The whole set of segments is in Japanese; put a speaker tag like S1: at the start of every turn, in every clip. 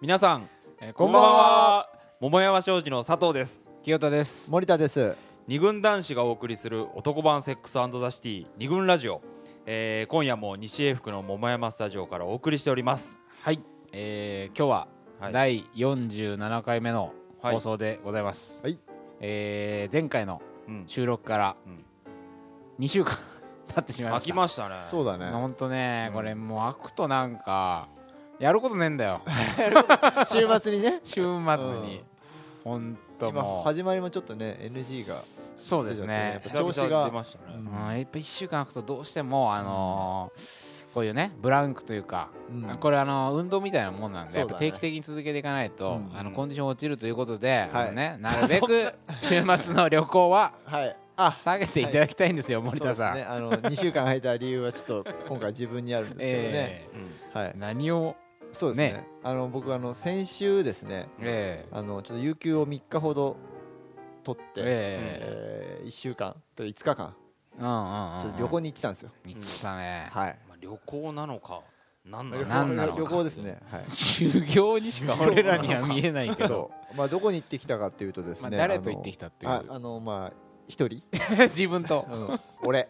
S1: 皆さん、
S2: えー
S1: こんばんは桃山商事の佐藤です
S2: 清田です
S3: 森田です。
S1: 二軍男子がお送りする男版セックスザシティ二軍ラジオ、えー、今夜も西英福の桃山スタジオからお送りしております
S2: はい、えー、今日
S1: は
S2: はい第47回目の
S1: はい
S2: 放送でございます、
S3: はい
S2: えー前回の
S1: うん
S2: 収録から
S1: うん
S2: 2週間 経ってしまいま
S1: 飽
S2: した
S1: きましたね
S3: そうだね。
S2: ほんと
S1: う
S2: ね
S1: ん
S2: これもう開くとなんかやることねえんだ よ。
S3: 週末にね
S2: 週末
S3: う
S2: に
S3: ん
S2: ほんと
S3: 今
S2: もう
S3: 始まりもちょっとね NG が
S2: そうですね
S1: 久々
S3: 調子
S1: に
S3: が
S1: 出ましたね
S3: うん
S2: うん、やっぱ1週間空くとどうしても、あのーこういうねブランクというか、
S3: うん
S2: これあの運動みたいなもんなんで、
S3: そう
S2: やっ
S3: だね
S2: ぱ定期的に続けていかないと、
S3: うん
S2: あのコンディション落ちるということで、
S3: は
S2: あ
S3: い
S2: の ね、なるべく週末の旅行は
S3: はい。あ、
S2: 下げていただきたいんですよ、森田さ
S3: そ
S2: ん、
S3: うですね。あの 2週間空いた理由はちょっと今回自分にあるんですけどね。
S2: え
S1: う
S3: は
S2: え
S3: い。
S2: 何を、
S3: そうですね。
S2: ね
S3: あの僕あの先週ですね。
S2: ええ
S3: あのちょっと有給を3日ほど取って、え
S2: え
S3: 1週間と5日間
S2: えうんうんうん
S3: ちょっと旅行に行ってたんですよ。
S2: に行ってたね、
S3: はい。
S1: んまあ、旅行なのか何なのか
S3: 旅行
S2: なんなのか
S3: 旅行ですね。はい。
S2: 修行にしか俺らには見えないけど、
S3: そう。まあどこに行ってきたかというとです
S2: まあ、
S3: ね。
S2: 誰と行ってきたってい
S3: あの
S2: う
S3: ああのまあ一人。
S2: 自分と
S3: うん俺。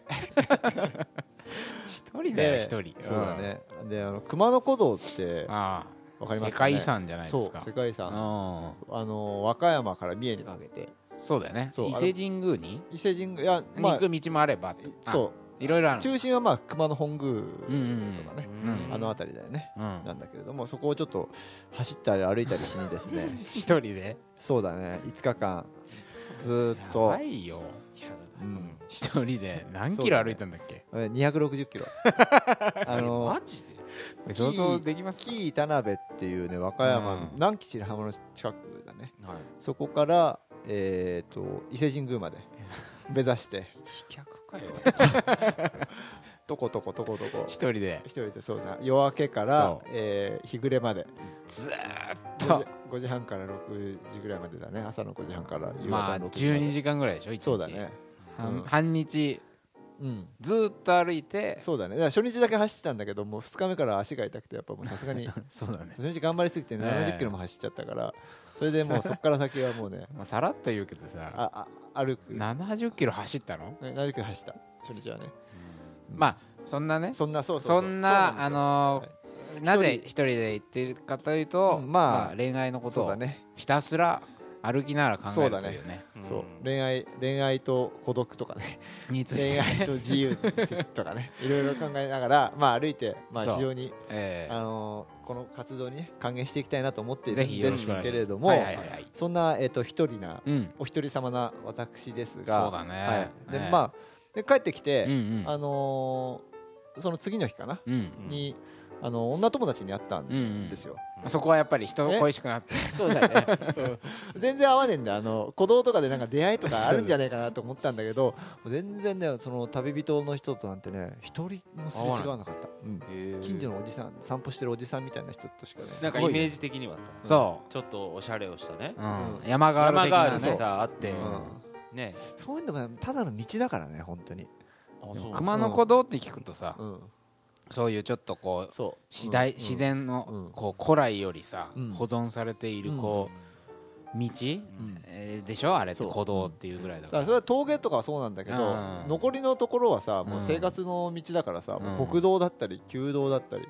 S2: 一人だよ
S3: で
S2: 一人
S3: そうだね。であの熊野古道って
S2: うんあ
S3: わ
S2: あ、
S3: かりますかね。
S2: 世界遺産じゃないです
S3: そ
S2: か
S3: う世界遺
S2: う
S3: 産。
S2: ん
S3: あの和歌山から三重にかけて
S2: そうだよね
S3: そう
S2: 伊勢神宮に
S3: 伊勢神宮いや
S2: に
S3: ま
S2: 行
S3: あ
S2: く道もあればあ
S3: そう
S2: いろいろあ
S3: う
S2: る
S3: 中心はまあ熊野本宮とかね
S1: うん
S2: うん
S3: あの辺りだよね。
S2: うん
S3: なんだけれどもそこをちょっと走ったり歩いたりしにです ね
S2: 一人で
S3: そうだね5日間ずーっ
S2: や
S3: と
S2: ばいよ
S3: うん
S2: 一人で何キロ歩いたんだっけ
S3: 260キロ あの
S1: マジで
S2: これ想像できますか
S3: 紀伊田辺っていうね和歌山の
S2: うん
S3: 南紀白浜の近くだね
S1: はい
S3: そこから、えー、と伊勢神宮まで 目指して
S1: 飛脚かよ
S3: とことことことこ
S2: 一人 で
S3: 一人でそうだ夜明けから
S2: そ、
S3: えー日暮れまで
S2: ずーっと
S3: 5時5時半から6時ぐらいまでだね朝の5時半から夕
S2: ま
S3: 方
S2: あ
S3: の6時まで、
S2: 12時間ぐらいでしょ一日
S3: そうだね
S2: 半
S3: うん
S2: 半日
S3: うん
S2: ずーっと歩いて
S3: そうだねだから初日だけ走ってたんだけどもう2日目から足が痛くてやっぱもうさすがに
S2: そうだね
S3: 初日頑張りすぎて
S2: ええ
S3: 70キロも走っちゃったから、それでもうそこから先はもうね
S2: まあさらっと言うけどさ
S3: ああ歩くね
S2: 70キロ走ったの
S3: 70キロ走った初日はね
S2: まあそんなね
S3: そんなそうそう
S2: そ
S3: うん
S2: なあ
S3: そう
S2: の
S3: は
S2: ーなぜ一人で行ってるかというと
S3: うんまあ
S2: まあ恋愛のこ
S3: そ
S2: と
S3: うだ
S2: を
S3: ね
S2: ひたすら歩きながら考え
S3: そう
S2: る
S3: だ
S2: と
S3: ね
S2: いうね
S3: そう
S1: うん
S3: 恋愛恋愛と孤独とか ね
S2: につい
S3: 恋
S2: て
S3: 愛と自由についてとかねいろいろ考えながら、まあ、歩いて、まあ、
S2: そう
S3: 非常に、
S2: え
S3: あのーこの活動に、ね、還元していきたいなと思っている
S2: ぜひ
S3: ん
S2: よ
S3: で
S2: ろし
S3: す
S2: くお願いします
S3: けれど
S2: え
S3: も、
S2: はいはいはいはい
S3: そんな、えっと一人な
S2: うん
S3: お一人様な私ですが
S2: そうだね
S3: はい
S2: え
S3: で
S2: え
S3: まあ、で帰ってき
S2: うんう
S3: て、
S2: ん
S3: あのーその次の日かな、
S2: うん
S1: うん
S3: にあの女友達に会ったん
S2: うんうん
S3: ですよ。
S2: そこはやっぱり人恋しくなって
S3: そうだね、うん全然合わねえんだよあの鼓動とかでなんか出会いとかあるんじゃないかなと思ったんだけど全然ねその旅人の人となんてね一人もすれ違わなかった、うん
S1: へー
S3: 近所のおじさん散歩してるおじさんみたいな人としかね
S1: なんかイメージ的にはさ
S2: そ
S1: ちょっとおしゃれをしたね
S2: ううん
S3: うん
S2: 山ガール
S1: 山
S2: 的
S1: ガー
S2: な
S1: ル
S3: そ
S1: で
S3: う
S2: ね
S1: さあって
S3: うん
S1: ね
S3: そういうのがただの道だからね本当に、
S1: あそう
S2: 熊野古道って聞くとさ
S3: うん、
S2: そういうちょっとこう
S3: そう
S2: 次第
S3: うん
S2: 自然
S3: うん
S2: のこう古来よりさ
S3: うん
S2: 保存されているこう道
S3: うん
S2: えーでしょあれって
S3: そう
S2: 古道っていうぐらいだ
S3: だ
S2: か
S3: かららそれは峠とかはそうなんだけど、
S2: うん
S3: 残りのところはさもううん生活の道だからさ、もううん国道だったり旧道だったり、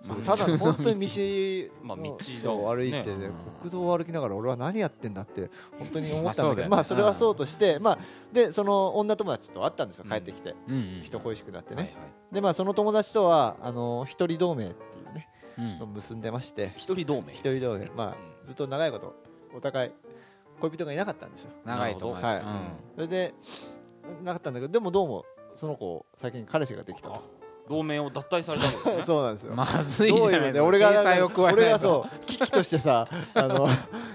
S3: そう
S2: まあ
S3: ただの本当に
S2: 普
S3: 道
S1: まあ道だ
S3: そう歩いてて、
S2: ね
S3: 国道を歩きながら俺は何やってんだって本当に思ったんだけど、
S2: ま
S3: まあ
S2: あ
S3: そ
S2: そうだよね
S3: れはそうとして、まあ、でその女友達と会ったんですよ
S1: うん
S3: 帰ってきて、
S2: うんうん
S3: 人恋しくなって
S1: は
S3: ね、
S1: いはい
S3: でまあその友達とはあの一人同盟っていうね、
S2: うん
S3: のを結んでまして
S1: 一人同盟
S3: 一人同盟、ま
S1: う
S3: あ、ずっと長いことお互い恋人がいなかったんですよ
S2: 長い友達
S3: なる
S2: う
S3: ほ
S1: どはい
S2: ん
S3: それでなかったんだけどでもどうもその子最近彼氏ができたと
S1: 同盟を脱退されたわけ ですね
S3: そうなんですよ、
S2: まずいじ
S3: ど
S2: ゃ
S3: う
S2: ない
S3: い
S2: で
S3: う
S2: す
S3: ね
S2: か
S3: 俺が
S2: 制裁を加え
S3: 俺
S2: ない
S3: が
S2: と
S3: そう危機とし てさあの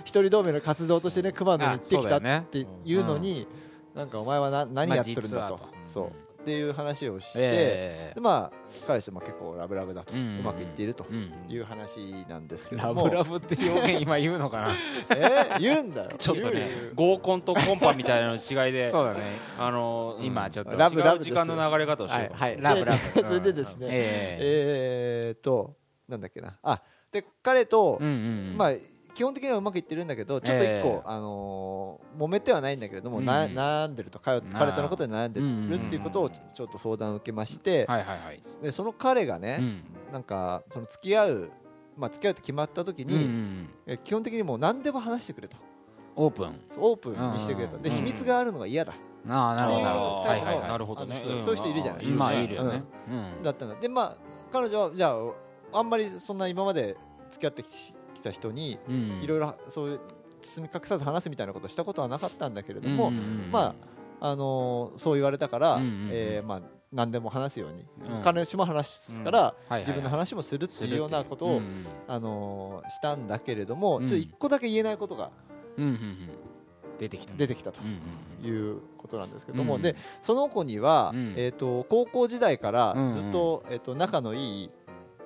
S3: 一人同盟の活動としてね熊野に行って
S2: あそ
S3: き
S2: うだ
S3: たっ
S2: よね
S3: ていうのになんかお前はな何やってるんだと
S2: まあ実はと
S3: そううんっていう話をしてで
S2: ええ
S3: まあ彼氏とも結構ラブラブだとう
S2: うん
S3: まくいっていると
S2: うん
S3: いう話なんですけ
S2: ラ
S3: ども
S2: ブラブって表現今言うのかな
S3: えー言うんだよ
S1: ちょっと
S3: 言
S1: ね
S3: う言う
S1: 合コンとコンパみたいなの違いで
S2: そうだね
S1: あのー
S2: 今ちょっと
S1: 違
S3: ラブラブ
S1: う
S3: です
S1: 時
S3: よ
S1: 間の流れ方をし
S3: は
S1: よ
S3: いう はい
S2: ラブラブ
S3: それでですね
S2: ええ
S3: えーっと、なんだっけな、あで彼と、
S2: うんうんうん
S3: まあ基本的にはうまくいってるんだけどちょっと一個
S2: ええ、
S3: あのー揉めてはないんだけれども、な
S2: うんうん
S3: 悩んでると彼彼とのことで悩んでるっていうことをちょっと相談を受けまして、
S2: はいはいはい
S3: でその彼が
S2: う
S3: ね、
S2: ん
S3: なんかその付き合う、まあ、付き合うって決まった時
S2: うんうんう
S3: に、
S2: ん
S3: え基本的にもう何でも話してくれと
S2: オープン
S3: オープンにしてくれとで
S1: うん
S3: 秘密があるのが嫌だっていう
S2: ああな
S3: タ
S2: る
S3: イ
S2: ほ
S3: プ
S2: どなるほど
S3: の
S2: はい
S1: なるほどね
S2: はいはい
S3: あの人
S1: うん
S3: そういう人いるじゃない
S1: ほど
S2: まあ
S1: い
S2: い
S1: い
S2: る
S1: よ
S2: よ
S3: ね
S2: ねうん
S3: だったのでまあ彼女はじゃああんまりそんな今まで付き合ってききた人に
S2: うん
S3: いろいろそういう包み隠さず話すみたいなことをしたことはなかったんだけれども、まああのーそう言われたから、
S2: うんうんうん
S3: えーまあ、何でも話すように、
S2: うん
S3: 彼氏も話すから、
S2: あ
S3: 自分の話もするっていうようなことを、あのーしたんだけれども、
S2: うん
S3: ちょっと一個だけ言えないことが
S2: 出てきた
S3: 出てきたと
S2: うんうん
S3: いうことなんですけども、
S2: うん
S3: でその子には、
S2: うん
S3: えー、と高校時代から
S2: うんうん
S3: ずっと,、えー、と仲のいい、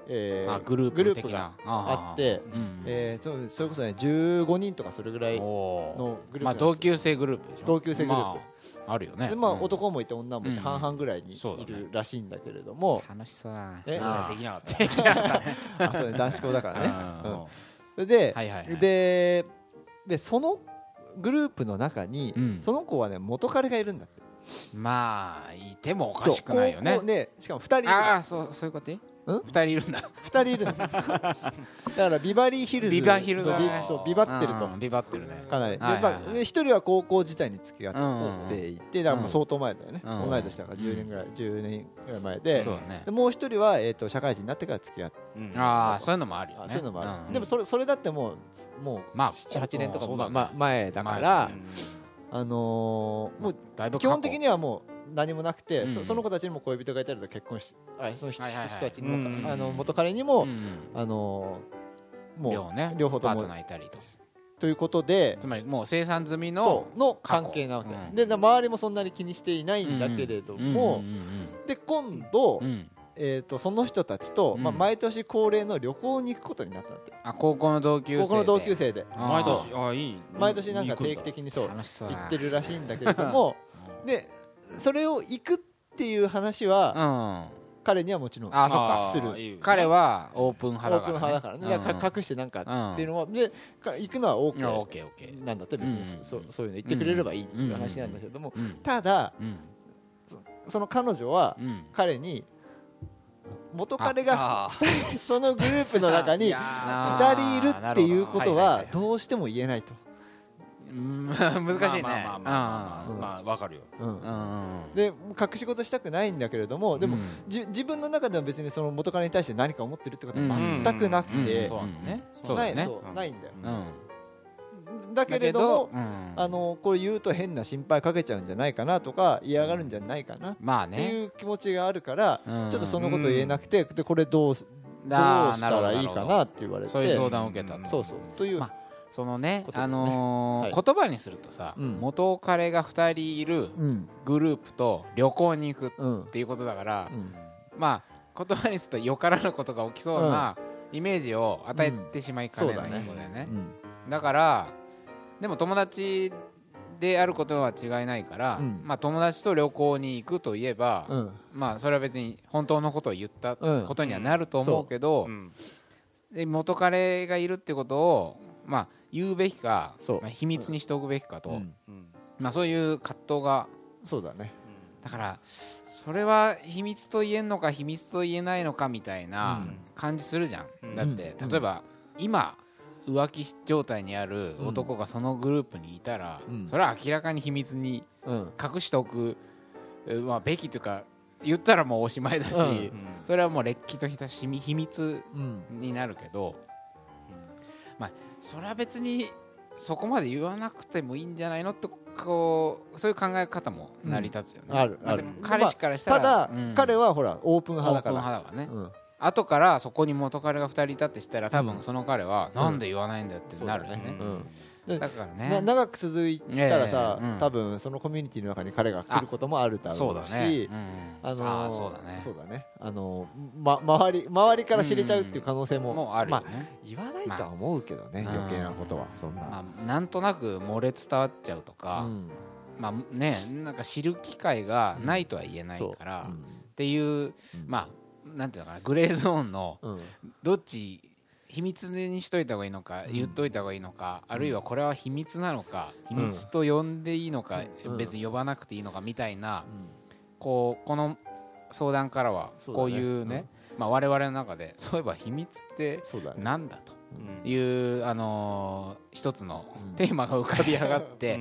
S3: え
S2: うん
S3: ー
S2: あグルー
S3: グル
S2: プ
S3: ープ
S2: 的
S3: が
S2: な
S3: あって
S2: うんうん
S3: えーそうそれこそね15人とかそれぐらいの
S2: おー
S3: グループ
S2: まあ
S3: なんです
S2: 同級生グループでしょ
S3: 同級生グループ
S2: まああるよね
S3: でまあ、
S2: うん
S3: 男もいて女もいて
S2: うん
S3: 半々ぐらいに
S2: そうだ
S3: い
S2: ね
S3: るらしいんだけれど も、
S2: 楽しそうだな
S3: え
S2: あ
S1: で
S2: ー
S1: きなか った
S3: あそうね男子校だからね。
S2: うん
S3: うんそれで,、
S2: はいはいはい
S3: ででそのグループの中に、
S2: うん
S3: その子はね元彼がいるんだって
S2: まあいてもおかしくないよ
S3: そう
S2: ね
S3: こうねしかも2人いる
S2: ああそうそういうこと
S3: うん
S2: 2人いる んだ
S3: 二人いるん ですよだからビバリーヒルズ
S2: ビバヒルズだね
S3: そうビそうビバってると
S2: うんビバってるね
S3: かなりで
S2: はいは
S3: ま
S2: いはい
S3: あで一人は高校時代に付き合っていてだからもう相当前だよね
S2: うん
S3: 同い年だから10年ぐらい10年ぐらい前で
S2: そうだね
S3: でもう一人はえーと社会人になってから付き合って
S1: うん
S2: ああそういうのもあるよ
S3: あ
S2: ね
S3: そういうのもあ
S2: ん
S3: るでもそれそれだってもうもう
S2: まあ
S3: 78年とか
S2: そう
S3: ま
S2: だね
S3: ま前だか
S1: う
S3: ら
S1: ん
S3: あのーもう
S2: だいぶ過
S3: 基
S2: 去
S3: 本的にはもう何もなくて、
S2: うん
S3: そその子たちにも恋人がいたりとか結婚しあその人,、
S2: はいはいはい
S3: 人たちに
S1: うんう
S3: も、
S1: ん
S2: うん
S3: あの元彼にも、
S2: うん
S3: あのーもう
S2: 両ね
S3: 両方とも
S2: パートナーいたりと
S3: ということで
S2: つまりもう生産済みの
S3: そうの
S2: 過去
S3: 関係なわけ、
S2: うん
S3: でな周りもそんなに気にしていないんだけれども、
S2: うん
S3: で今度、
S2: うんうんうんうん
S3: えー、とその人たちと、
S2: うん
S3: まあ、毎年恒例の旅行に行くことになったんだって
S2: あ高校の同級生で
S3: 高校の同級生で
S2: あー
S1: 毎年ああいい
S3: 毎年なんか定期的にそう
S2: 楽しそう
S3: 行
S2: だな
S3: ってるらしいんだけれどもでそれを行くっていう話
S2: うん
S3: は
S2: あ
S3: 彼にはもちろん
S2: あそっか
S3: する
S2: 彼はオープン
S3: オー
S2: 派
S3: プン
S2: だか
S3: 派
S2: らね
S3: だからね、
S2: うん
S3: だからか隠してなんか
S2: うん
S3: っていうのは、でか行くのは
S2: うんいや
S3: OK
S2: オッケーオッケー
S3: なんだって別に、
S2: うんうん
S3: そそういうの言ってくれればいいっていう話なんだけども、
S2: うん
S3: ただ
S2: うん
S3: その彼女は
S2: うん
S3: 彼に元彼が
S1: ああ
S3: そのグループの中に
S2: あ
S3: 2人いるっていうことは
S2: なるほど
S3: どうしても言えないと、
S2: うん難しい
S1: まあまあ
S2: ね
S1: まあまあ
S3: うん
S1: まあわかるよ
S3: うん
S2: うんうん
S3: でもう隠し事したくないんだけれどもでも、
S2: うん
S3: じ自分の中では別にその元彼に対して何か思ってるってことは全くなく
S2: うん
S3: て、
S1: そうなんだね
S2: そう
S3: な
S2: だよ
S3: いそ
S2: ね
S3: う
S1: うん
S3: ないんだよ、
S2: うん
S3: だけれども
S2: うん
S3: あのこれ言うと変な心配かけちゃうんじゃないかなとか嫌がるんじゃないかなっ
S2: まあ
S3: て
S2: ね
S3: いう気持ちがあるから、
S2: うん
S3: ちょっとそのこと言えなくて、でこれどうすどう
S2: あー
S3: したらいい
S2: な
S3: か
S2: るほど
S3: なって言われて
S2: そういう相談を受けたと
S3: そうそうという、
S2: まあそのね
S3: ことですね
S2: あのー
S3: は
S2: 言葉にするとさ
S3: うん
S2: 元彼が2人いる
S3: うん
S2: グループと旅行に行くっ
S3: うん
S2: ていうことだから
S3: うん
S2: まあ言葉にするとよからぬことが起きそうなイメージを与えてしまいかねないってことだよね
S3: うん
S2: だからでも友達であることは違いないから、
S3: うん
S2: まあ、友達と旅行に行くといえば、
S3: うん
S2: まあ、それは別に本当のことを言った
S3: うん
S2: ことにはなると思うけど、
S1: うん
S2: で元彼がいるってことを、まあ、言うべきか
S3: そう
S2: まあ、秘密にしておくべきかと、
S3: うん
S1: うん
S2: まあ、そういう葛藤が
S3: そうだね
S2: だからそれは秘密と言えんのか秘密と言えないのかみたいな
S3: うん
S2: 感じするじゃん、
S1: うん
S2: だって、
S3: うん
S2: 例えば今浮気状態にある男がそのグループにいたら、
S3: うん
S2: それは明らかに秘密に
S3: うん
S2: 隠しておく、えまあ、べきというか言ったらもうおしまいだし、
S3: うん
S1: うん
S2: それはもうれっきとした秘密秘密
S3: うん
S2: になるけどそれは別にそこまで言わなくてもいいんじゃないのとこうそういう考え方も成り立つよね、
S3: うんある
S2: ま
S3: あ
S2: で
S3: る
S2: も彼氏からした
S3: た
S2: ら、
S3: だ、
S2: うん
S3: 彼はほらオープン
S2: オープン
S3: 派だから
S2: 派だからね、
S3: うん
S2: 後からそこに元彼が2人いたってしたら多
S3: うん
S2: 分その彼は、なんで言わないんだってなるよね
S1: そうだね
S3: うん
S2: だからね
S3: な長く続いたらさ、
S2: ええうん
S3: 多分そのコミュニティの中に彼が来ることもあるだろうし
S2: そうだね、うん
S3: あのー
S2: さあそうだね
S3: そうだねあのま、周り周りから知れちゃうっていう可能性も,、
S2: もうある
S3: ま
S2: よ
S3: あ、
S2: ね、
S3: 言わないとは思うけどね、
S2: まあ
S3: 余計なことはそんな、
S2: まあ、なんとなく漏れ伝わっちゃうとか、
S3: うん
S2: まあねなんか知る機会がないとは言えない
S3: そう
S2: から、
S3: う
S2: っ
S3: ん
S2: ていう、
S3: うん
S2: まあなんていうのかなグレーゾーンの
S3: うん
S2: どっち秘密にしといた方がいいのか、
S1: ん
S2: 言っといた方がいいのかあるいはこれは秘密なのか、
S1: うん
S2: 秘密と呼んでいいのか、
S3: うん
S2: 別に呼ばなくていいのかみたいな、こうこの相談からは
S3: そうだ
S2: こ
S3: ね
S2: ういうねまあ、我々の中でそういえば秘密って
S3: そうだね
S2: なんだという、あのー一つの
S3: うん
S2: テーマが浮かび上がって、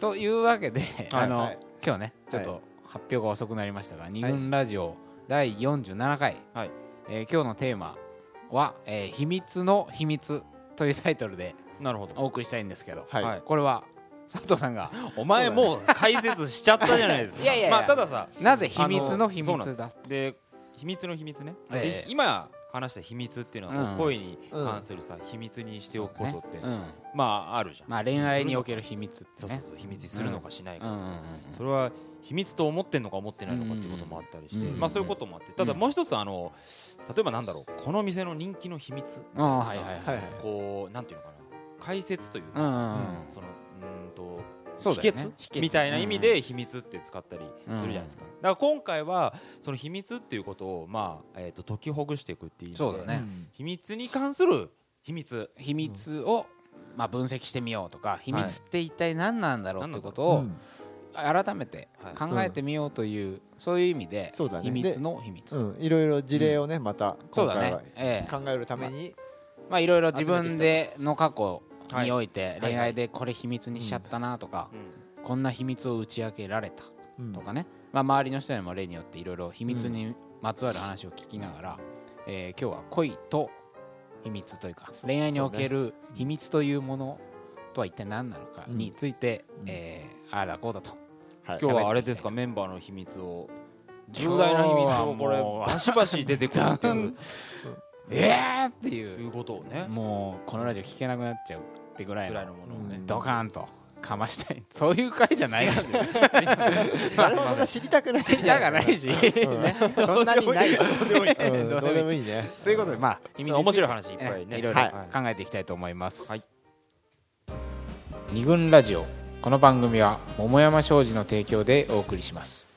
S2: というわけで、あの
S3: はい
S2: 今日ねちょっと発表が遅くなりましたが、二軍ラジオ第47回、
S1: はい
S2: えー今日のテーマは、えー秘密の秘密」というタイトルで
S1: なるほど
S2: お送りしたいんですけど、
S3: はい、
S1: はい
S2: これは佐藤さんが
S1: お前もう解説しちゃったじゃないですか
S2: いやいやいや
S1: まあたださ
S2: なぜ秘密の秘
S1: あのそうなんで
S2: 密だ
S1: で秘密の秘密ね、
S2: ええ
S1: で今話した秘密っていうのは
S2: う
S1: こ
S2: ん
S1: う恋に関するさ、秘密にしておくことって、
S2: そうだね
S1: まああるじゃ、
S2: うんんまあ、恋愛における秘密って
S1: そう
S2: ね
S1: そうそう秘密にするのかしないか、
S2: うんうんうん
S1: それは秘密と思ってんのか思ってないのかっていうこともあったりして、
S2: うん
S1: まあそういうこともあってただもう一つあの例えばなんだろうこの店の人気の秘密
S2: うんあーはいはいはい
S3: はい
S1: こうなんていうのかな解説という
S2: うんう
S1: か、
S2: んうん
S1: そのうーんと
S2: そうだ
S1: 秘
S2: よね
S1: 訣みたいな意味、で秘密って使ったりす
S2: う
S1: る
S2: ん
S1: じゃないですか、だから今回はその秘密っていうことを、まあえー、と解きほぐしていくっていう意味で
S2: そうだね
S1: 秘密に関する秘密
S2: 秘密を、まあ、分析してみようとか秘密って一体何なんだろうってことを
S3: うん
S2: 改めて考えてみようという、そういう意味で
S3: そうだね
S2: 秘密の秘密、
S3: うん、いろいろ事例をね、また
S2: そう
S3: 今
S2: だ
S3: 回
S2: ね
S3: は、
S2: ええ
S3: 考えるために、
S2: まあいろいろ自分での過去において
S1: い
S2: 恋愛でこれ秘密にしちゃったなとか、こんな秘密を打ち明けられた
S3: うん
S2: とかね、まあ、周りの人にも例によっていろいろ秘密にまつわる話を聞きながら、えー今日は恋と秘密というか恋愛における秘密というものとは一体何なのかについて、
S3: うん
S2: えーああだこうだと
S3: はい
S1: 今日はあれですかメンバーの秘密を重大な秘密をこ
S2: 今日はも
S1: れ
S2: う
S1: バシバシ出てくる っていう
S2: えーって
S1: と
S2: い
S1: いううことをね
S2: もうこのラジオ聞けなくなっちゃうってぐらい
S1: ぐらい
S2: の
S1: のものをね、
S2: ドカーンとかましたいそういう回じゃないだ
S3: 誰もそんな知りたくないじゃん
S2: がないし、ね、そんなにないし
S3: うんどうでもいいね
S2: ということでまあ秘密に
S1: 面
S2: つい
S1: 白い
S2: て
S1: 話いっぱいね
S2: いろいろ
S1: はい
S2: 考えていきたいと思います、
S1: はい
S2: 二軍ラジオこの番組は桃山商事の提供でお送りします